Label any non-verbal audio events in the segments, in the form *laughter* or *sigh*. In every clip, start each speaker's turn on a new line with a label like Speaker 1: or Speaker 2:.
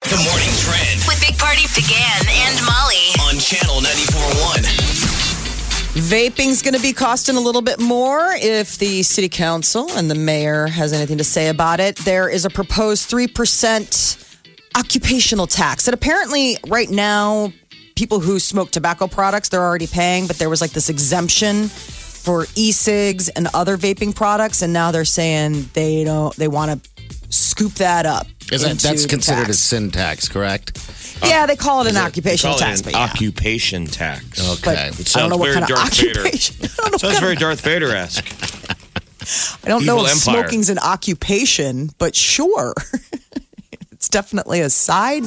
Speaker 1: The morning trend
Speaker 2: with Big Party began and Molly.
Speaker 1: on channel 94.1.
Speaker 3: Vaping's going to be costing a little bit more if the city council and the mayor has anything to say about it. There is a proposed 3% occupational tax that apparently right now people who smoke tobacco products they're already paying, but there was like this exemption for e-cigs and other vaping products and now they're saying they don't they want to scoop that up.
Speaker 4: Is that,
Speaker 3: into
Speaker 4: that's
Speaker 3: the
Speaker 4: considered
Speaker 3: tax.
Speaker 4: a sin tax, correct?
Speaker 3: Yeah, they call it an occupational tax, but yeah.
Speaker 5: occupation tax.
Speaker 3: But
Speaker 4: Okay.
Speaker 3: I don't
Speaker 5: Sounds
Speaker 3: know what
Speaker 5: very
Speaker 3: kind of
Speaker 5: Darth Vader.
Speaker 3: *laughs* occupation. I don't know what
Speaker 5: Sounds
Speaker 3: kind of- *laughs*
Speaker 5: very Darth Vader esque.
Speaker 3: I don't know
Speaker 5: Evil
Speaker 3: if
Speaker 5: empire.
Speaker 3: smoking's an occupation, but sure. *laughs* it's definitely a side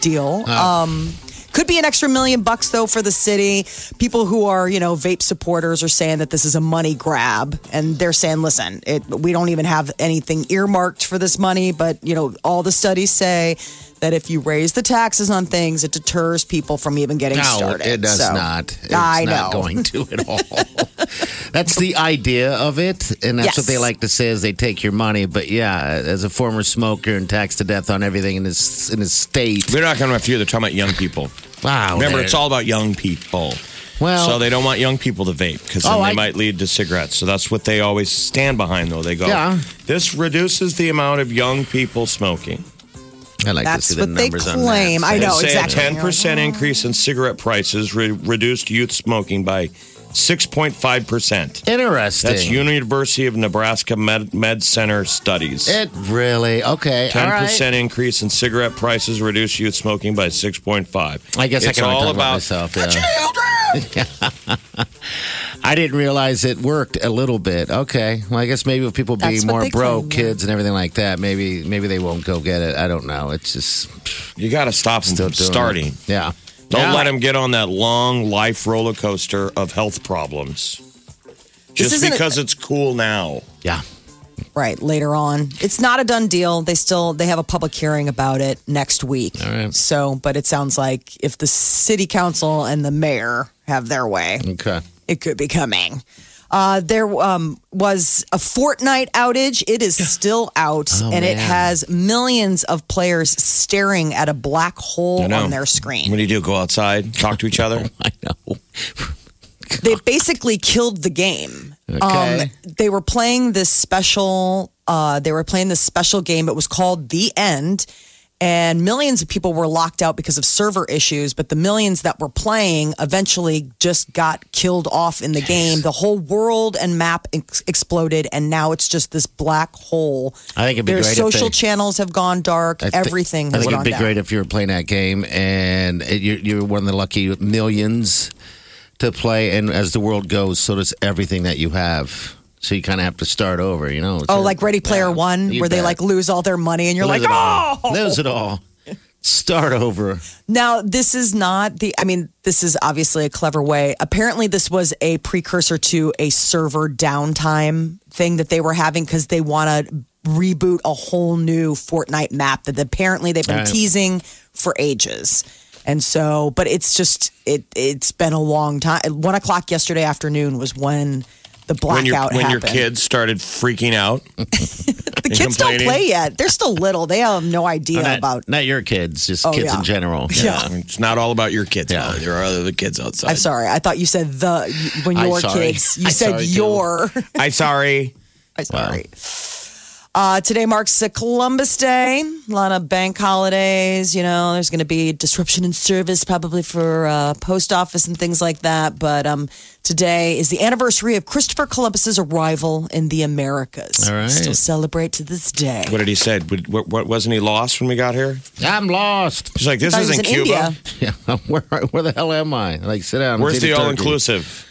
Speaker 3: deal. Um, could be an extra million bucks, though, for the city. People who are, you know, vape supporters are saying that this is a money grab. And they're saying, listen, it, we don't even have anything earmarked for this money. But, you know, all the studies say that if you raise the taxes on things, it deters people from even getting
Speaker 4: no,
Speaker 3: started.
Speaker 4: it does
Speaker 3: So,
Speaker 4: not. It's
Speaker 3: I know.
Speaker 4: not going to
Speaker 3: *laughs*
Speaker 4: at all. that's the idea of it, and that's what they
Speaker 3: Yes.
Speaker 4: like to say is they take your money. But yeah, as a former smoker and taxed to death on everything in this in his state,
Speaker 5: They're not coming after you. They're talking about young people.
Speaker 3: Oh,
Speaker 4: wow.
Speaker 5: Remember,
Speaker 4: they're-
Speaker 5: it's all about young people.
Speaker 4: Well-
Speaker 5: so they don't want young people to vape because then
Speaker 4: Oh,
Speaker 5: they
Speaker 4: I-
Speaker 5: might lead to cigarettes. So that's what they always stand behind, though. They go,
Speaker 4: Yeah.
Speaker 5: "This reduces the amount of young people smoking."
Speaker 4: I like
Speaker 3: That's
Speaker 4: to see the
Speaker 3: what they
Speaker 4: numbers
Speaker 3: claim.
Speaker 4: On that.
Speaker 3: I
Speaker 4: So-
Speaker 3: know. Oh,
Speaker 5: Say
Speaker 3: exactly.
Speaker 5: a ten percent increase in cigarette prices re- reduced youth smoking by six point five percent.
Speaker 4: Interesting.
Speaker 5: That's University of Nebraska Med, Med Center studies.
Speaker 4: It really okay.
Speaker 5: Ten
Speaker 4: all right.
Speaker 5: percent increase in cigarette prices reduced youth smoking by six point five.
Speaker 4: I guess I
Speaker 5: it's
Speaker 4: can only
Speaker 5: all
Speaker 4: talk about
Speaker 5: about
Speaker 4: myself. Yeah. *laughs* I didn't realize it worked a little bit. Okay, well, I guess maybe with people
Speaker 3: That's
Speaker 4: being
Speaker 3: what
Speaker 4: more
Speaker 3: they
Speaker 4: broke,
Speaker 3: claim, yeah.
Speaker 4: kids and everything like that, maybe maybe they won't go get it. I don't know. It's just
Speaker 5: You got to stop them
Speaker 4: still
Speaker 5: from
Speaker 4: doing it.
Speaker 5: Mm-hmm. starting.
Speaker 4: Yeah,
Speaker 5: Don't
Speaker 4: Yeah.
Speaker 5: let them get on that long life roller coaster of health problems.
Speaker 3: This
Speaker 5: Just
Speaker 3: isn't a-
Speaker 5: because it's cool now.
Speaker 4: Yeah,
Speaker 3: right later on it's not a done deal they still they have a public hearing about it next week
Speaker 4: All right.
Speaker 3: so but it sounds like if the city council and the mayor have their way
Speaker 4: okay.
Speaker 3: it could be coming uh, there um, was a Fortnite outage. It is still out,
Speaker 4: Oh,
Speaker 3: and it
Speaker 4: man.
Speaker 3: has millions of players staring at a black
Speaker 5: I
Speaker 3: hole
Speaker 5: know.
Speaker 3: on their
Speaker 5: What
Speaker 3: screen.
Speaker 5: do you do? Go outside, talk to
Speaker 4: *laughs*
Speaker 5: each other.
Speaker 4: I know.
Speaker 3: They basically killed the game.
Speaker 4: Okay.
Speaker 3: Um, they were playing this special uh, they were playing this special game it was called the end and millions of people were locked out because of server issues but the millions that were playing eventually just got killed off in the game the whole world and map ex- exploded and now it's just this black hole
Speaker 4: I think it'd be
Speaker 3: their
Speaker 4: great if
Speaker 3: social
Speaker 4: they-
Speaker 3: channels have gone dark
Speaker 4: I thi-
Speaker 3: everything
Speaker 4: I
Speaker 3: has
Speaker 4: think it'd
Speaker 3: gone
Speaker 4: be
Speaker 3: down.
Speaker 4: great if you were playing that game and it, you're, you're one of the lucky millions to play. And as the world goes, so does everything that you have. So you kind of have to start over, you know. It's
Speaker 3: oh
Speaker 4: a-
Speaker 3: like ready player
Speaker 4: yeah,
Speaker 3: one
Speaker 4: you
Speaker 3: where they
Speaker 4: bet.
Speaker 3: like lose all their money and you're
Speaker 4: Lose
Speaker 3: like
Speaker 4: it
Speaker 3: oh
Speaker 4: all. lose it all.
Speaker 3: *laughs*
Speaker 4: Start over.
Speaker 3: Now, this is not the, I mean, this is obviously a clever way. Apparently, this was a precursor to a server downtime thing that they were having because they want to reboot a whole new Fortnite map that apparently they've been
Speaker 4: Right.
Speaker 3: teasing for ages. And so, but it's just, it, it's been a long time. One o'clock yesterday afternoon was when the
Speaker 5: when your,
Speaker 3: blackout
Speaker 5: when your
Speaker 3: happened.
Speaker 5: kids started freaking out.
Speaker 3: the kids don't
Speaker 5: complaining.
Speaker 3: play yet. They're still little. They have no idea
Speaker 4: not,
Speaker 3: about.
Speaker 4: not your kids, just
Speaker 3: Oh,
Speaker 4: kids
Speaker 3: yeah.
Speaker 4: in
Speaker 3: *laughs*
Speaker 4: general.
Speaker 3: Yeah.
Speaker 5: I mean, it's not all about your kids.
Speaker 4: Yeah.
Speaker 5: Molly. There are other kids outside.
Speaker 3: I'm sorry. I thought you said the when
Speaker 4: I'm
Speaker 3: your
Speaker 4: sorry.
Speaker 3: kids. You
Speaker 4: I'm
Speaker 3: said
Speaker 4: sorry, too.
Speaker 3: your. *laughs*
Speaker 5: I'm sorry.
Speaker 3: I'm sorry. Uh, today marks the Columbus Day. A lot of bank holidays. You know, there's going to be disruption in service probably for uh, post office and things like that. But um, today is the anniversary of Christopher Columbus's arrival in the Americas.
Speaker 4: All right.
Speaker 3: Still celebrate to this day.
Speaker 5: What did he say? Would- What, what, wasn't he lost when we got here?
Speaker 4: I'm lost. *laughs*
Speaker 5: He's like, this
Speaker 3: Thought he was
Speaker 5: isn't
Speaker 3: in
Speaker 5: Cuba.
Speaker 3: India.
Speaker 4: Yeah, where, where the hell am I? Like, sit down.
Speaker 5: Where's
Speaker 4: Let's eat
Speaker 5: the
Speaker 4: a
Speaker 5: all
Speaker 4: turkey.
Speaker 5: inclusive?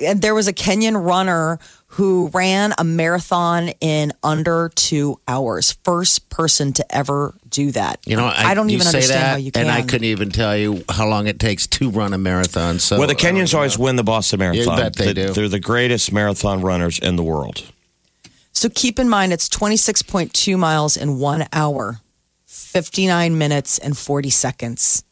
Speaker 3: and there was a Kenyan runner who ran a marathon in under two hours. First person to ever do that.
Speaker 4: You know, I,
Speaker 3: I don't
Speaker 4: you
Speaker 3: even
Speaker 4: say
Speaker 3: understand
Speaker 4: that,
Speaker 3: how you can.
Speaker 4: And I couldn't even tell you how long it takes to run a marathon. So
Speaker 5: well, the Kenyans always win the Boston Marathon.
Speaker 4: bet they
Speaker 5: The-
Speaker 4: do.
Speaker 5: They're the greatest marathon runners in the world.
Speaker 3: So keep in mind, it's 26.2 miles in one hour, 59 minutes and 40 seconds.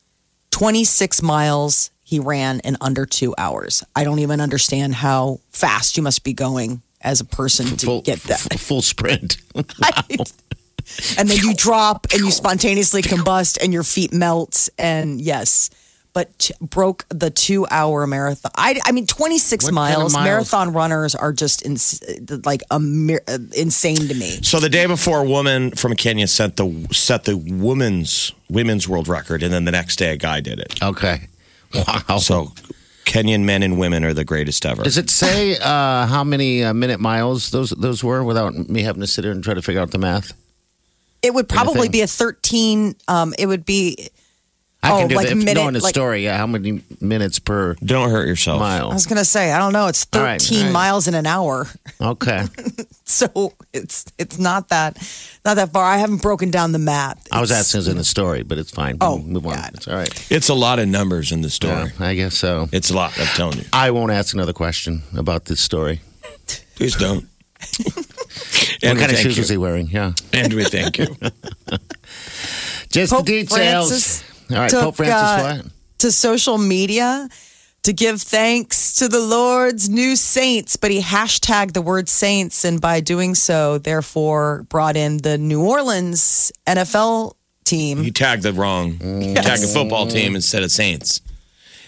Speaker 3: 26 miles he ran in under two hours. I don't even understand how fast you must be going as a person to
Speaker 4: full,
Speaker 3: get that.
Speaker 4: f- full sprint.
Speaker 3: And then you drop and you spontaneously combust and your feet melt. And yes, but t- broke the two hour marathon. I, I mean, 26
Speaker 4: What kind
Speaker 3: miles.
Speaker 4: of miles?
Speaker 3: Marathon runners are just ins- like a mir- uh, insane to me.
Speaker 5: So the day before, a woman from Kenya set the set the women's women's world record, and then the next day, a guy did it.
Speaker 4: okay. Wow.
Speaker 5: So Kenyan men and women are the greatest ever.
Speaker 4: Does it say uh, how many uh, minute miles those those were without me having to sit here and try to figure out the math?
Speaker 3: It would probably
Speaker 4: thing.
Speaker 3: be a 13. Um, it would be,
Speaker 4: I
Speaker 3: Oh,
Speaker 4: can do
Speaker 3: like
Speaker 4: that. If you know
Speaker 3: minute,
Speaker 4: in the
Speaker 3: like-
Speaker 4: story, yeah, how many minutes per
Speaker 5: Don't hurt yourself.
Speaker 3: I
Speaker 4: mile?
Speaker 3: was going to say, I don't know, it's 13
Speaker 4: All right, all right.
Speaker 3: miles in an hour. *laughs*
Speaker 4: *laughs* Okay.
Speaker 3: So it's it's not that not that far. I haven't broken down the math.
Speaker 4: I was asking is in the story, but it's fine.
Speaker 3: Oh,
Speaker 4: move on.
Speaker 3: God.
Speaker 4: It's all right.
Speaker 5: It's a lot of numbers in the
Speaker 4: Yeah,
Speaker 5: story.
Speaker 4: I guess so.
Speaker 5: It's a lot. I'm telling you.
Speaker 4: I won't ask another question about this story.
Speaker 5: Please don't.
Speaker 4: what
Speaker 5: and
Speaker 4: kind
Speaker 5: we
Speaker 4: of shoes
Speaker 5: thank
Speaker 4: was
Speaker 5: you.
Speaker 4: he wearing? Yeah.
Speaker 5: And we thank you.
Speaker 4: Just
Speaker 3: Pope
Speaker 4: the details.
Speaker 3: Francis
Speaker 4: all right,
Speaker 3: took,
Speaker 4: Pope Francis
Speaker 3: uh,
Speaker 4: what?
Speaker 3: to social media to give thanks to the Lord's new saints, but he hashtagged the word saints and by doing so, therefore brought in the New Orleans NFL team.
Speaker 5: He tagged the wrong. He tagged a football team instead of Saints.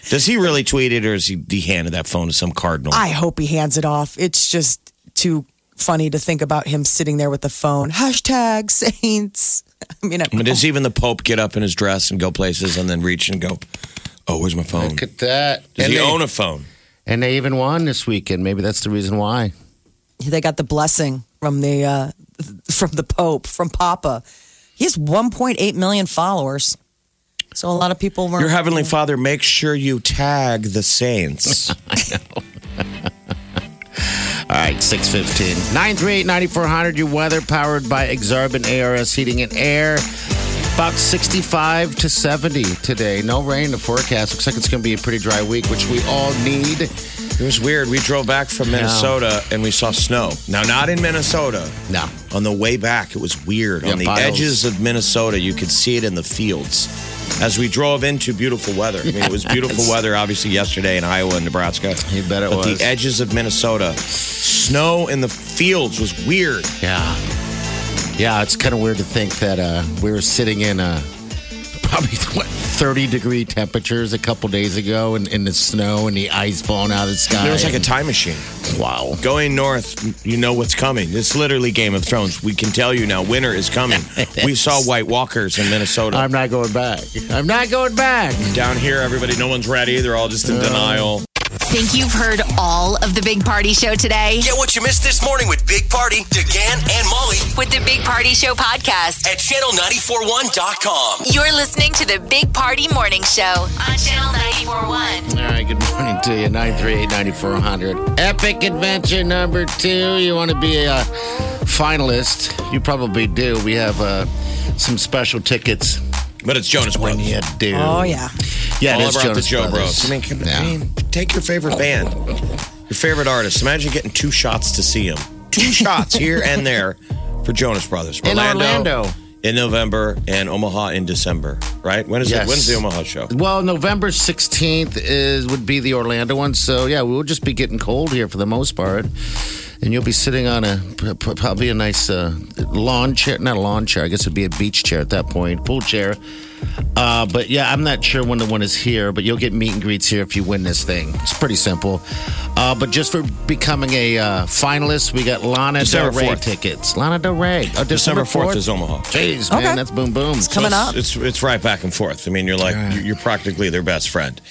Speaker 5: Does he really tweet it, or is he, he handed that phone to some cardinal?
Speaker 3: I hope he hands it off. It's just too funny to think about him sitting there with the phone. Hashtag Saints. *laughs* I mean, I,
Speaker 5: I mean, does even the Pope get up in his dress and go places and then reach and go, "Oh, where's my phone?"
Speaker 4: Look at that.
Speaker 5: Does
Speaker 4: and,
Speaker 5: he
Speaker 4: they,
Speaker 5: own a phone?
Speaker 4: and they even won this weekend. Maybe that's the reason why.
Speaker 3: they got the blessing from the uh, from the Pope from Papa. He has 1.8 million followers, so a lot of people were.
Speaker 5: Your heavenly Father, make sure you tag
Speaker 4: *laughs*
Speaker 5: the Saints.
Speaker 4: All right, 615. 938 9400, your weather powered by Exarban ARS Heating and Air. About 65 to 70 today. No rain to forecast. Looks like it's going to be a pretty dry week, which we all need.
Speaker 5: it was weird. We drove back from Minnesota and we saw snow. Now, not in Minnesota.
Speaker 4: No.
Speaker 5: On the way back, it was weird.
Speaker 4: Yeah,
Speaker 5: on the
Speaker 4: piles.
Speaker 5: edges of Minnesota, you could see it in the fields. As we drove into beautiful weather, I mean,
Speaker 4: *laughs*
Speaker 5: it was beautiful weather, obviously, yesterday in Iowa and Nebraska.
Speaker 4: You bet it
Speaker 5: but
Speaker 4: was.
Speaker 5: the edges of Minnesota, snow in the fields was weird.
Speaker 4: Yeah. Yeah, it's kind of weird to think that uh, we were sitting in uh, probably *laughs* what 30 degree temperatures a couple days ago in, in the snow and the ice falling out of the sky.
Speaker 5: There was like a time machine.
Speaker 4: wow.
Speaker 5: Going north, you know what's coming. It's literally Game of Thrones. We can tell you now, winter
Speaker 4: *laughs*
Speaker 5: is coming. we saw White Walkers in Minnesota.
Speaker 4: I'm not going back. I'm not going back.
Speaker 5: Down here, everybody, no one's ready. They're all just
Speaker 4: Uh.
Speaker 5: in denial.
Speaker 2: Think you've heard all of the Big Party Show today?
Speaker 1: Get what you missed this morning with Big Party, DeGan, and Molly
Speaker 2: With the Big Party Show podcast,
Speaker 1: at channel941.com.
Speaker 2: you're listening to the Big Party Morning Show on Channel 941.
Speaker 4: All right, good morning to you. 938-9400. Epic adventure number two. You want to be a uh, finalist? You probably do. We have uh, some special tickets
Speaker 5: But it's Jonas
Speaker 4: when
Speaker 5: Brothers.
Speaker 4: you do.
Speaker 3: oh yeah,
Speaker 4: Yeah,
Speaker 5: All
Speaker 4: it is
Speaker 5: about the
Speaker 4: Jonas
Speaker 5: Joe
Speaker 4: Brothers.
Speaker 5: Bros. I mean, can,
Speaker 4: Yeah.
Speaker 5: I mean, take your favorite band, your favorite artist. Imagine getting two shots to see him.
Speaker 4: *laughs*
Speaker 5: Two shots here and there for Jonas Brothers.
Speaker 4: In Orlando.
Speaker 5: In November and Omaha in December, right? When is
Speaker 4: Yes. uh,
Speaker 5: it? When's the Omaha show?
Speaker 4: Well, November 16th is would be the Orlando one. So, yeah, we'll just be getting cold here for the most part. And you'll be sitting on a p- p- probably a nice uh, lawn chair, not a lawn chair. I guess it'd be a beach chair at that point, pool chair. Uh, but yeah, I'm not sure when the one is here. But you'll get meet and greets here if you win this thing. It's pretty simple. Uh, but just for becoming a uh, finalist, we got Lana
Speaker 5: December
Speaker 4: Del Rey
Speaker 5: 4th.
Speaker 4: tickets. Lana Del Rey. Oh,
Speaker 5: December 4th is Omaha.
Speaker 4: Jeez,
Speaker 3: Okay.
Speaker 4: man, that's boom boom. It's
Speaker 3: coming up.
Speaker 5: It's it's right back and forth. I mean, you're like you- you're practically their best friend.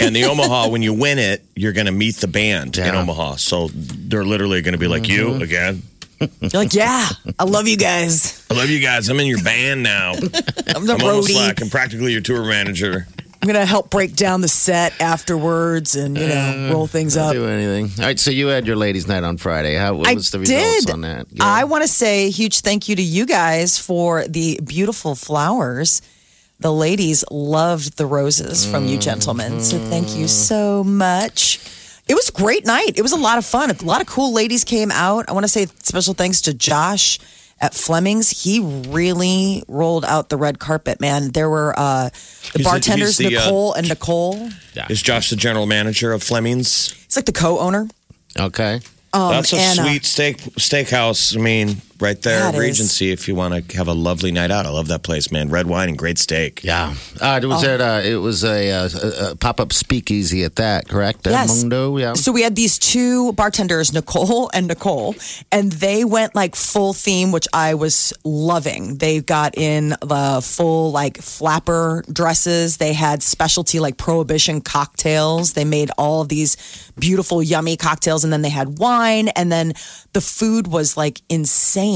Speaker 5: And the Omaha, when you win it, you're going to meet the band in
Speaker 4: Yeah.
Speaker 5: Omaha. So they're literally going to be like
Speaker 3: Mm-hmm.
Speaker 5: you again.
Speaker 3: you're like yeah, I love you guys.
Speaker 5: I love you guys. I'm in your band now.
Speaker 3: *laughs* I'm the
Speaker 5: I'm almost
Speaker 3: roadie.
Speaker 5: like I'm practically your tour manager.
Speaker 3: I'm gonna help break down the set afterwards and you know
Speaker 5: Mm,
Speaker 3: roll things
Speaker 4: I'll
Speaker 3: up.
Speaker 4: do anything. All right, so you had your ladies' night on Friday. How what was the results on that? Yeah.
Speaker 3: I want to say a huge thank you to you guys for the beautiful flowers. The ladies loved the roses from you gentlemen. So thank
Speaker 5: Mm-hmm.
Speaker 3: you so much. It was a great night. It was a lot of fun. A lot of cool ladies came out. I want to say special thanks to Josh at Fleming's. He really rolled out the red carpet, man. There were uh, the
Speaker 5: He's the-
Speaker 3: bartenders,
Speaker 5: he's the, uh,
Speaker 3: Nicole and Nicole.
Speaker 5: Is Josh the general manager of Fleming's?
Speaker 3: He's like the co owner.
Speaker 4: okay.
Speaker 5: That's a
Speaker 3: and, uh,
Speaker 5: sweet steak steakhouse. I mean, right there,
Speaker 3: That is-
Speaker 5: Regency. If you want to have a lovely night out, I love that place, man. Red wine and great steak.
Speaker 4: Yeah, uh, it was
Speaker 3: Oh.
Speaker 4: at uh, it was a, uh, a, a pop up speakeasy at that correct? At
Speaker 3: Yes.
Speaker 4: Mundo, yeah.
Speaker 3: So we had these two bartenders, Nicole and Nicole, and they went like full theme, which I was loving. They got in the full like flapper dresses. They had specialty like prohibition cocktails. They made all of these beautiful, yummy cocktails, and then they had wine, and then the food was like insane.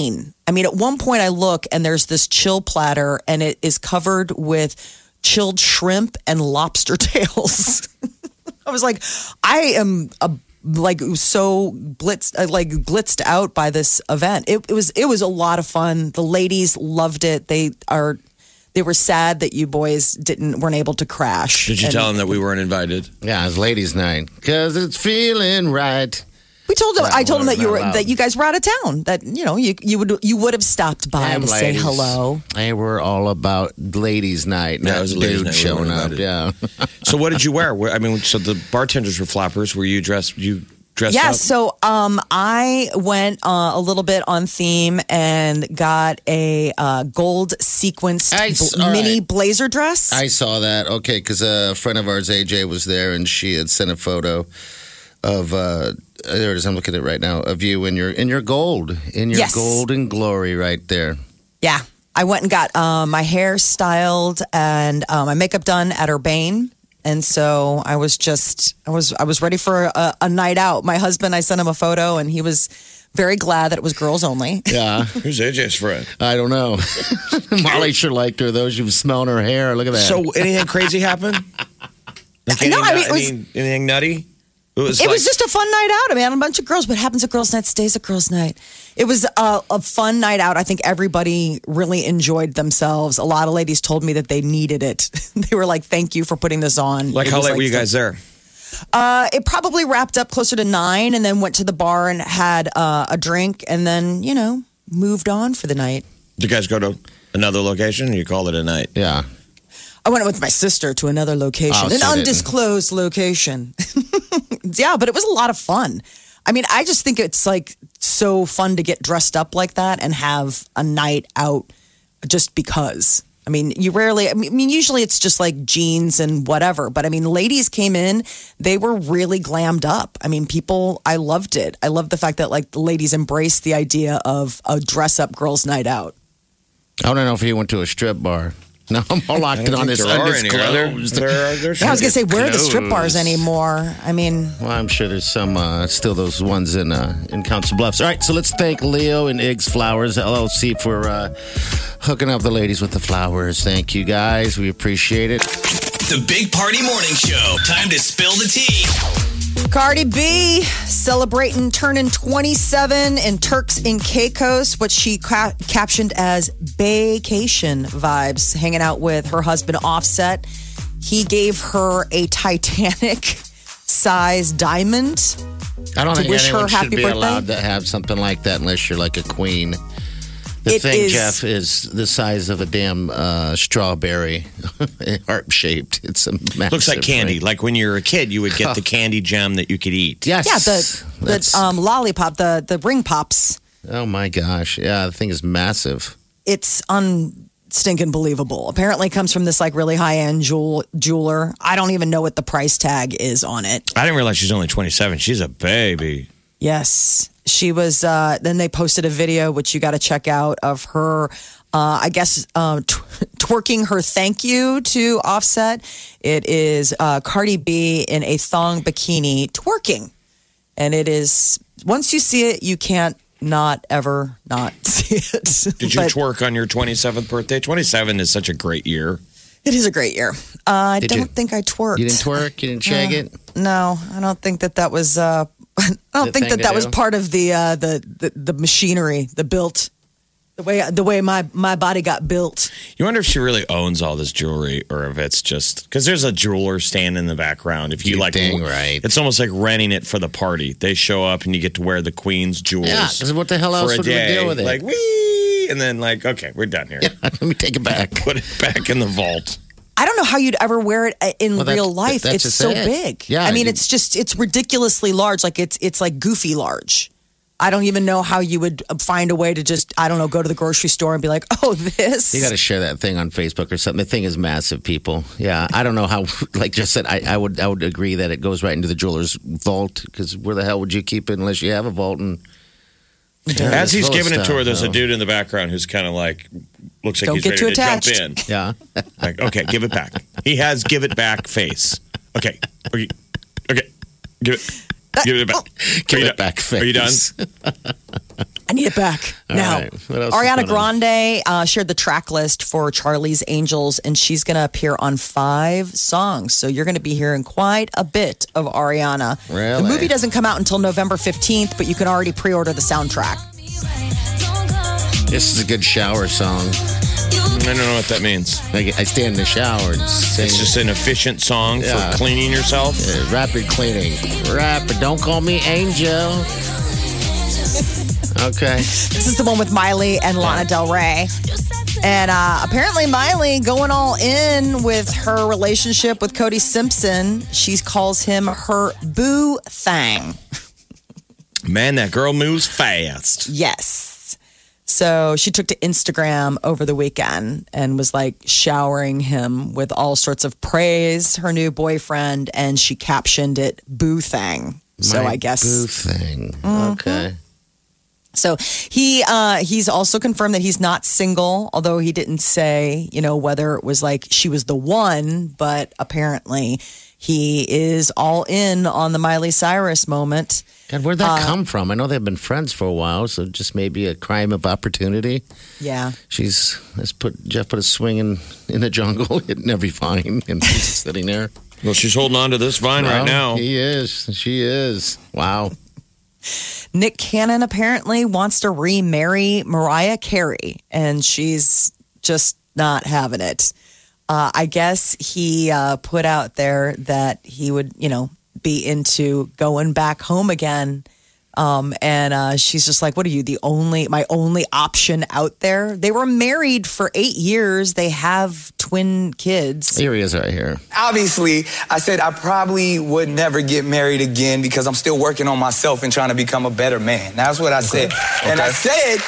Speaker 3: I mean, at one point I look and there's this chill platter, and it is covered with chilled shrimp and lobster *laughs* tails. I was like, I am a, like so blitzed, uh, like blitzed out by this event. It, it was it was a lot of fun. The ladies loved it. They are they were sad that you boys didn't weren't able to crash.
Speaker 5: Did you
Speaker 3: And
Speaker 5: tell him that we weren't invited?
Speaker 4: yeah, it's ladies' night because it's feeling right.
Speaker 3: We told them.
Speaker 4: Well,
Speaker 3: I told them that you were
Speaker 4: we're not allowed.
Speaker 3: that you guys were out of town. That you know you you would you would have stopped by
Speaker 4: Damn
Speaker 3: to say
Speaker 4: ladies.
Speaker 3: hello.
Speaker 4: Hey, we're all about ladies' night.
Speaker 5: Yeah,
Speaker 4: not
Speaker 5: it was a ladies'
Speaker 4: dude
Speaker 5: night. We
Speaker 4: showing
Speaker 5: weren't
Speaker 4: up.
Speaker 5: invited.
Speaker 4: Yeah.
Speaker 5: So what did you wear? Where- I mean, so the bartenders were flappers. Were you dressed? You dressed
Speaker 3: Yeah,
Speaker 5: up?
Speaker 3: so um, I went uh, a little bit on theme and got a uh, gold sequenced
Speaker 4: Nice,
Speaker 3: bl-
Speaker 4: all
Speaker 3: mini
Speaker 4: right.
Speaker 3: blazer dress.
Speaker 4: I saw that. Okay, because a friend of ours, AJ, was there, and she had sent a photo of uh, there it is. I'm looking at it right now of you in your in your gold in your
Speaker 3: Yes.
Speaker 4: golden glory right there.
Speaker 3: Yeah. I went and got uh, my hair styled and uh, my makeup done at Urbane. And so I was just, I was, I was ready for a, a night out. My husband, I sent him a photo and he was very glad that it was girls only.
Speaker 4: Yeah,
Speaker 5: Who's AJ's friend?
Speaker 4: I don't know. *laughs* Molly sure liked her though. She was smelling her hair. Look at that.
Speaker 5: So anything crazy happened? Like
Speaker 3: No, I mean, it
Speaker 5: nut-
Speaker 3: was-
Speaker 5: any- anything nutty? It
Speaker 3: *laughs*
Speaker 5: was.
Speaker 3: It
Speaker 5: like-
Speaker 3: was just a fun night out. I mean, a bunch of girls. What happens at girls' night stays at girls' night. It was a, a fun night out. I think everybody really enjoyed themselves. A lot of ladies told me that they needed it. *laughs* they were like, "Thank you for putting this on."
Speaker 5: like
Speaker 3: It
Speaker 5: how
Speaker 3: was
Speaker 5: late were you
Speaker 3: the-
Speaker 5: guys there?
Speaker 3: Uh, it probably wrapped up closer to nine, and then went to the bar and had uh, a drink, and then you know moved on for the night.
Speaker 5: Did you guys go to another location? Or you call it a night?
Speaker 4: yeah,
Speaker 3: I went with my sister to another location,
Speaker 4: Oh,
Speaker 3: an
Speaker 4: so didn't.
Speaker 3: undisclosed location. *laughs* yeah, but it was a lot of fun. I mean, I just think it's like so fun to get dressed up like that and have a night out just because. I mean, you rarely, I mean, usually it's just like jeans and whatever. But I mean, ladies came in, they were really glammed up. I mean, people, I loved it. I love the fact that like the ladies embraced the idea of a dress up girls' night out.
Speaker 4: I don't know if you went to a strip bar. *laughs* No, I'm all locked in on this *laughs* undisclosed.
Speaker 3: *laughs* I was going to say, where are the strip bars anymore? I mean,
Speaker 4: Well, I'm sure there's some uh, still those ones in uh, in Council Bluffs. All right, so let's thank Leo and Iggs Flowers LLC for uh, hooking up the ladies with the flowers. Thank you guys, we appreciate it.
Speaker 1: The Big Party Morning Show. Time to spill the tea.
Speaker 3: Cardi B celebrating turning 27 in Turks and Caicos, what she ca- captioned as vacation vibes, hanging out with her husband Offset. He gave her a Titanic size diamond.
Speaker 4: I don't
Speaker 3: To
Speaker 4: think
Speaker 3: wish
Speaker 4: anyone
Speaker 3: her happy
Speaker 4: should be
Speaker 3: birthday?
Speaker 4: allowed to have something like that unless you're like a queen. The
Speaker 3: It
Speaker 4: thing,
Speaker 3: is-
Speaker 4: Jeff, is the size of a damn uh, strawberry, *laughs* heart shaped. It's a massive
Speaker 5: Looks
Speaker 3: *laughs*
Speaker 5: like candy.
Speaker 4: thing.
Speaker 5: Like when you were a kid, you would get the candy gem that you could eat.
Speaker 4: Yes.
Speaker 3: Yeah, the, the
Speaker 4: That's-
Speaker 3: um, lollipop, the, the ring pops.
Speaker 4: Oh my gosh! Yeah, the thing is massive.
Speaker 3: it's un stinking believable. Apparently comes from this like really high end jewel jeweler. I don't even know what the price tag is on it.
Speaker 5: I didn't realize she's only 27. She's a baby.
Speaker 3: Yes. She was, uh, then they posted a video, which you got to check out, of her, uh, I guess, uh, tw- twerking her thank you to Offset. It is uh, Cardi B in a thong bikini twerking. And it is, once you see it, you can't not ever not *laughs* see it.
Speaker 5: Did you
Speaker 3: But-
Speaker 5: twerk on your 27th birthday? 27 is such a great year.
Speaker 3: It is a great year. Uh, I
Speaker 4: Did
Speaker 3: don't
Speaker 4: you-
Speaker 3: think I twerked.
Speaker 4: You didn't twerk. You didn't shag it. *laughs*
Speaker 3: No, I don't think that that was. Uh, *laughs* I
Speaker 4: The
Speaker 3: don't think
Speaker 4: thing
Speaker 3: that
Speaker 4: to
Speaker 3: that was
Speaker 4: do.
Speaker 3: part of the, uh, the the the machinery, the built, the way the way my my body got built.
Speaker 5: You wonder if she really owns all this jewelry or if it's just because there's a jeweler stand in the background. If you
Speaker 4: You
Speaker 5: like,
Speaker 4: dang right.
Speaker 5: it's almost like renting it for the party. They show up and you get to wear the queen's jewels.
Speaker 4: Yeah, 'cause what the hell
Speaker 5: for
Speaker 4: else
Speaker 5: a
Speaker 4: would we
Speaker 5: day.
Speaker 4: do with it?
Speaker 5: Like we, and then like okay, we're done here.
Speaker 4: Let me take it back.
Speaker 5: *laughs* Put it back in
Speaker 4: *laughs*
Speaker 5: the vault.
Speaker 3: I don't know how you'd ever wear it uh, in
Speaker 4: Well, that's-
Speaker 3: real life.
Speaker 4: that's
Speaker 3: it's
Speaker 4: just
Speaker 3: so
Speaker 4: it.
Speaker 3: big.
Speaker 4: Yeah,
Speaker 3: I mean,
Speaker 4: you-
Speaker 3: it's just it's ridiculously large. Like it's it's like goofy large. I don't even know how you would uh, find a way to just I don't know go to the grocery store and be like, oh, this.
Speaker 4: You got to share that thing on Facebook or something. The thing is massive, people. Yeah, I don't know how. *laughs* Like just said, I, I would I would agree that it goes right into the jeweler's vault because where the hell would you keep it unless you have a vault? And
Speaker 5: As he's
Speaker 4: full of
Speaker 5: giving it to
Speaker 4: stuff,
Speaker 5: her, there's
Speaker 4: though.
Speaker 5: a dude in the background who's kind of like looks like
Speaker 3: Don't
Speaker 5: he's
Speaker 3: get
Speaker 5: ready
Speaker 3: too
Speaker 5: to jump
Speaker 3: attached.
Speaker 5: in.
Speaker 4: yeah, *laughs*
Speaker 5: Like okay, give it back. He has give it back face. Okay, okay, okay. give it. Give it back.
Speaker 4: give
Speaker 5: Are you
Speaker 4: it
Speaker 5: done?
Speaker 4: back. Face. *laughs*
Speaker 5: Are you done?
Speaker 3: I need it back now.
Speaker 4: right. What else is
Speaker 3: Ariana
Speaker 4: going on?
Speaker 3: Grande uh, shared the track list for Charlie's Angels, and she's going to appear on five songs. So you're going to be hearing quite a bit of Ariana.
Speaker 4: Really?
Speaker 3: The movie doesn't come out until November 15th, but you can already pre order the soundtrack.
Speaker 4: This is a good shower song.
Speaker 5: I don't know what that means.
Speaker 4: I, I stay in the shower and sing.
Speaker 5: It's just an efficient song
Speaker 4: Yeah.
Speaker 5: for cleaning yourself.
Speaker 4: uh, rapid cleaning. Rapid. Don't call me Angel. Okay.
Speaker 3: This is the one with Miley and Lana Del Rey. And uh, apparently, Miley going all in with her relationship with Cody Simpson. She calls him her boo thang.
Speaker 5: Man, that girl moves fast.
Speaker 3: Yes. So she took to Instagram over the weekend and was like showering him with all sorts of praise, her new boyfriend, and she captioned it boo thang. So
Speaker 4: My
Speaker 3: I guess Mm-hmm.
Speaker 4: boo thing. Okay.
Speaker 3: so he uh, he's also confirmed that he's not single, although he didn't say you know whether it was like she was the one, but apparently he is all in on the Miley Cyrus moment.
Speaker 4: God, where'd
Speaker 3: Uh,
Speaker 4: that come from? I know they've been friends for a while, so just maybe a crime of opportunity.
Speaker 3: Yeah,
Speaker 4: She's let's put Jeff put a swing in in the jungle, *laughs* hitting every vine, and she's just sitting there.
Speaker 5: Well, she's holding on to this vine *laughs* right
Speaker 4: Well,
Speaker 5: now.
Speaker 4: he is. She is. Wow.
Speaker 3: Nick Cannon apparently wants to remarry Mariah Carey, and she's just not having it. Uh, I guess he uh, put out there that he would, you know, be into going back home again. Um, and uh, she's just like, "What are you? The only, my only option out there." They were married for eight years. They have twin kids.
Speaker 4: Here he is right
Speaker 5: *laughs*
Speaker 4: here.
Speaker 6: Obviously, I said I probably would never get married again because I'm still working on myself and trying to become a better man. That's what I said. And I said,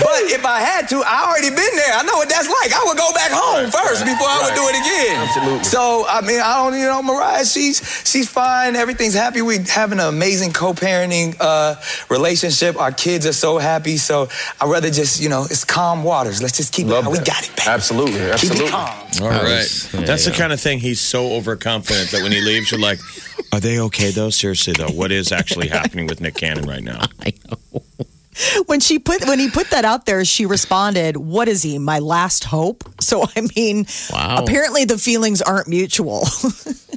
Speaker 6: but if I had to, I already been there. I know what that's like. I would go back home first before I would do it again. Absolutely. So I mean, I don't, you know, Mariah, she's she's fine. Everything's happy. We having an amazing co-parenting uh, relationship. Our kids are so happy. So I'd rather just, you know, it's calm waters. Let's just keep it. how We got it. Baby.
Speaker 7: Absolutely,
Speaker 6: Keep
Speaker 7: absolutely.
Speaker 6: it calm.
Speaker 5: All right.
Speaker 4: Nice. There
Speaker 5: That's
Speaker 4: you
Speaker 5: the
Speaker 4: go.
Speaker 5: kind of thing he's so overconfident that when he leaves, you're like, are they okay, though? Seriously, though, what is actually happening with Nick Cannon right now?
Speaker 4: I know.
Speaker 3: when she put when he put that out there, she responded, "What is he? My last hope." So I mean,
Speaker 4: Wow.
Speaker 3: apparently the feelings aren't mutual. *laughs*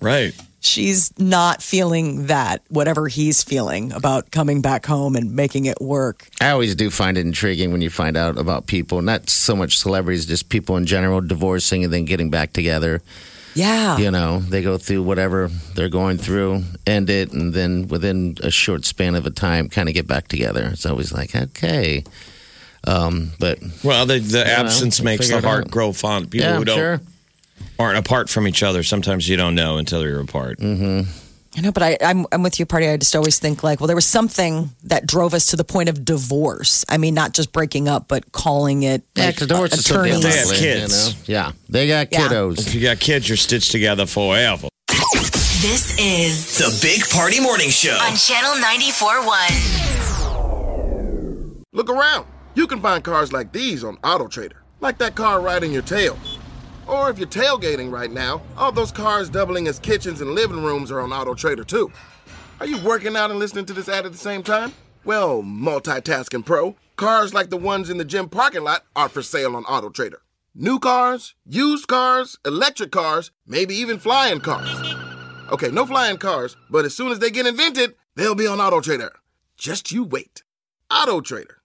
Speaker 5: Right.
Speaker 3: She's not feeling that whatever he's feeling about coming back home and making it work.
Speaker 4: I always do find it intriguing when you find out about people, not so much celebrities, just people in general divorcing and then getting back together.
Speaker 3: Yeah.
Speaker 5: Ah.
Speaker 4: You know, they go through whatever they're going through, end it, and then within a short span of a time, kind of get back together. It's always like, okay. Um, but
Speaker 5: Well, the, the absence makes
Speaker 4: figure
Speaker 5: the
Speaker 4: it
Speaker 5: heart
Speaker 4: out.
Speaker 5: grow fond. People
Speaker 4: yeah,
Speaker 5: who
Speaker 4: I'm
Speaker 5: don't
Speaker 4: sure.
Speaker 5: aren't apart from each other, sometimes you don't know until you're apart.
Speaker 4: Mm.
Speaker 3: I know, but I, I'm I'm with you, party. I just always think like, well, there was something that drove us to the point of divorce. I mean, not just breaking up, but calling it
Speaker 4: Yeah,
Speaker 3: like,
Speaker 4: because divorce is so damn
Speaker 3: attorneys.
Speaker 5: They have
Speaker 4: ugly,
Speaker 5: kids.
Speaker 4: You know? Yeah, they got
Speaker 3: Yeah.
Speaker 4: kiddos.
Speaker 5: If you got kids, you're stitched together forever.
Speaker 2: This is
Speaker 1: The Big Party Morning Show.
Speaker 2: on Channel 94.1.
Speaker 7: Look around. You can find cars like these on AutoTrader, like that car riding your tail. Or if you're tailgating right now, all those cars doubling as kitchens and living rooms are on AutoTrader too. Are you working out and listening to this ad at the same time? Well, multitasking pro, cars like the ones in the gym parking lot are for sale on AutoTrader.
Speaker 4: New cars, used cars, electric cars, maybe even flying cars. Okay, no flying cars, but as soon as they get invented, they'll be on Auto Trader. Just you wait. Auto Trader.